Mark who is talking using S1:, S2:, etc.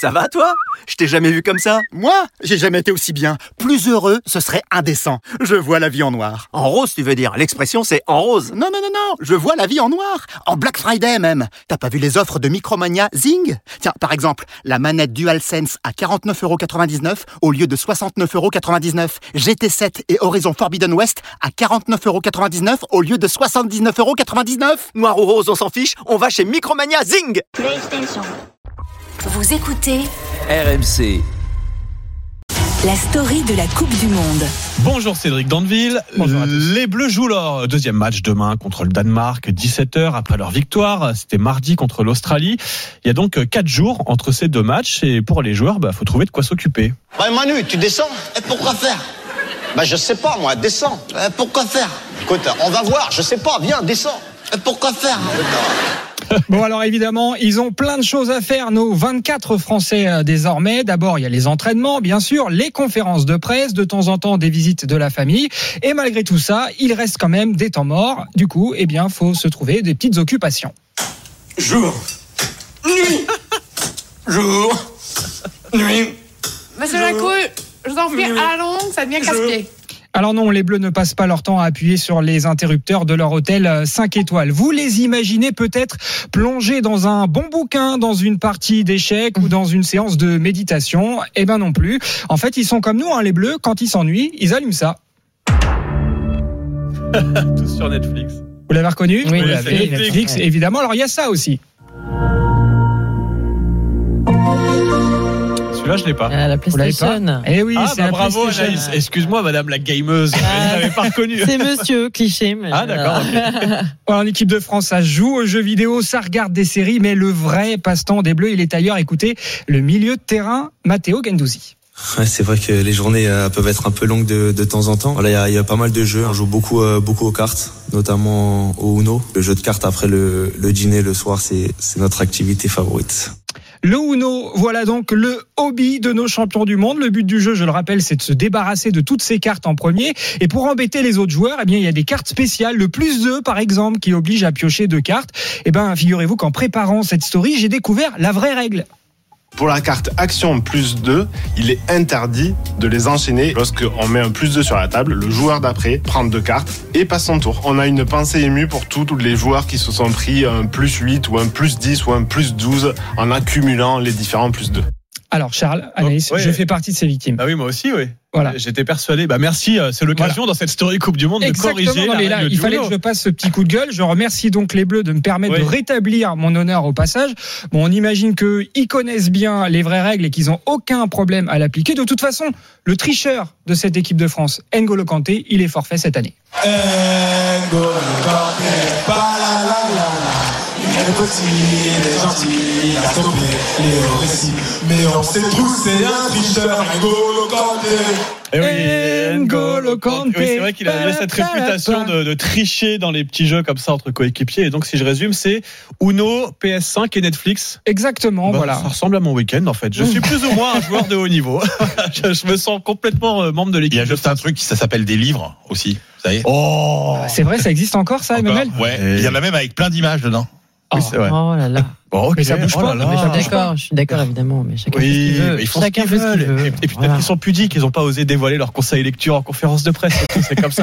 S1: Ça va toi Je t'ai jamais vu comme ça.
S2: Moi, j'ai jamais été aussi bien. Plus heureux, ce serait indécent. Je vois la vie en noir.
S1: En rose, tu veux dire. L'expression c'est en rose.
S2: Non, non, non, non, je vois la vie en noir. En Black Friday même. T'as pas vu les offres de Micromania Zing Tiens, par exemple, la manette DualSense à 49,99€ au lieu de 69,99€. GT7 et Horizon Forbidden West à 49,99€ au lieu de 79,99€.
S1: Noir ou rose, on s'en fiche. On va chez Micromania Zing.
S3: PlayStation,
S4: Vous écoutez
S5: RMC.
S4: la story de la Coupe du Monde.
S6: Bonjour Cédric Danville.
S7: Bonjour à tous.
S6: Les Bleus jouent leur deuxième match demain contre le Danemark, 17h après leur victoire. C'était mardi contre l'Australie. Il y a donc 4 jours entre ces deux matchs et pour les joueurs, bah, faut trouver de quoi s'occuper.
S8: Ouais, Manu, tu descends Et pourquoi faire Bah, je sais pas, moi, descends. Eh, pourquoi faire Écoute, on va voir, je sais pas, viens, descends. Et pourquoi faire
S7: Bon, alors évidemment, ils ont plein de choses à faire, nos 24 Français euh, désormais. D'abord, il y a les entraînements, bien sûr, les conférences de presse, de temps en temps des visites de la famille. Et malgré tout ça, il reste quand même des temps morts. Du coup, eh bien, faut se trouver des petites occupations.
S9: Jour. Nuit. Jour. Nuit.
S10: Monsieur Lacouille, je vous en prie,
S9: Oui.
S10: à la longue, ça devient casse-pied.
S7: Alors non, les Bleus ne passent pas leur temps à appuyer sur les interrupteurs de leur hôtel 5 étoiles. Vous les imaginez peut-être plongés dans un bon bouquin, dans une partie d'échecs ou dans une séance de méditation. Eh ben non plus. En fait, ils sont comme nous, hein, les Bleus. Quand ils s'ennuient, ils allument ça.
S6: Tous sur Netflix.
S7: Vous l'avez reconnu
S6: Oui,
S7: vous l'avez.
S6: Netflix.
S7: Netflix, évidemment. Alors il y a ça aussi.
S6: Celui-là, je l'ai pas.
S11: Ah, la
S7: Vous l'avez
S11: PlayStation.
S7: pas Eh oui,
S6: ah,
S7: c'est
S6: bah,
S7: la
S6: bravo
S7: PlayStation.
S6: Anaïs. Excuse-moi, madame la gameuse.
S11: Ah.
S6: je l'avais pas reconnu.
S11: C'est monsieur, cliché. Mais
S6: Ah, d'accord.
S7: Voilà, en équipe de France, ça se joue aux jeux vidéo, ça regarde des séries, mais le vrai passe-temps des Bleus, il est ailleurs. Écoutez, le milieu de terrain, Matteo Gendouzi.
S9: Ouais, c'est vrai que les journées euh, peuvent être un peu longues de, de temps en temps. Voilà, il y a- il y, a pas mal de jeux. On joue beaucoup, euh, beaucoup aux cartes, notamment au Uno. Le jeu de cartes après le, le dîner le soir, c'est c'est notre activité favorite.
S7: Le Uno, voilà donc le hobby de nos champions du monde. Le but du jeu, je le rappelle, c'est de se débarrasser de toutes ces cartes en premier. Et pour embêter les autres joueurs, eh bien, il y a des cartes spéciales. Le plus 2, par exemple, qui oblige à piocher deux cartes. Eh ben, figurez-vous qu'en préparant cette story, j'ai découvert la vraie règle.
S9: Pour la carte action plus 2, il est interdit de les enchaîner. Lorsqu'on met un plus 2 sur la table, le joueur d'après prend deux cartes et passe son tour. On a une pensée émue pour tous les joueurs qui se sont pris un plus 8 ou un plus 10 ou un plus 12 en accumulant les différents plus 2.
S7: Alors, Charles, Anaïs,
S6: ouais.
S7: je fais partie de ces victimes.
S6: Bah oui, moi aussi, oui.
S7: Voilà.
S6: J'étais persuadé. Bah merci, euh, c'est l'occasion dans cette story Coupe du Monde de corriger.
S7: Non, mais
S6: la
S7: là,
S6: règle
S7: il
S6: du
S7: fallait
S6: Uno.
S7: que je passe ce petit coup de gueule. Je remercie donc les Bleus de me permettre
S6: Oui.
S7: de rétablir mon honneur au passage. Bon, on imagine qu'ils connaissent bien les vraies règles et qu'ils n'ont aucun problème à l'appliquer. De toute façon, le tricheur de cette équipe de France, N'Golo Kanté, il est forfait cette année.
S9: Mais on sait tous, c'est un tricheur,
S6: Eh
S7: oui, N'Golo Kanté.
S6: Oui, c'est vrai qu'il a cette réputation de, de tricher dans les petits jeux comme ça entre coéquipiers. Et donc, si je résume, c'est Uno, PS5 et Netflix.
S7: Exactement,
S6: Bah,
S7: Oh, voilà.
S6: Ça ressemble à mon week-end, en fait. Je suis plus ou moins un joueur de haut niveau. je, je me sens complètement euh, membre de l'équipe.
S9: Il y a juste un truc, ça s'appelle des livres aussi. Ça y est.
S6: Oh
S7: C'est vrai, ça existe encore,
S6: Ah
S7: ça,
S6: bah,
S9: Encore.
S7: Ah, Emmanuel
S9: Ouais. Il y en a même avec plein d'images dedans.
S7: Ah,
S6: Oui, c'est vrai.
S11: Oh là là.
S6: Bon, ok.
S7: Mais ça bouge
S6: Oh
S7: pas,
S6: là là.
S7: mais ça bouge pas.
S11: D'accord, je suis d'accord évidemment, mais chacun fait ce
S6: Oui,
S11: qu'il veut.
S6: mais ils font
S11: chacun
S6: ce qu'ils
S11: fait ce
S6: veulent.
S11: qu'il veut.
S6: Et, et puis peut-être
S11: Voilà.
S6: qu'ils sont pudiques, ils n'ont pas osé dévoiler leur conseil lecture en conférence de presse. C'est comme ça.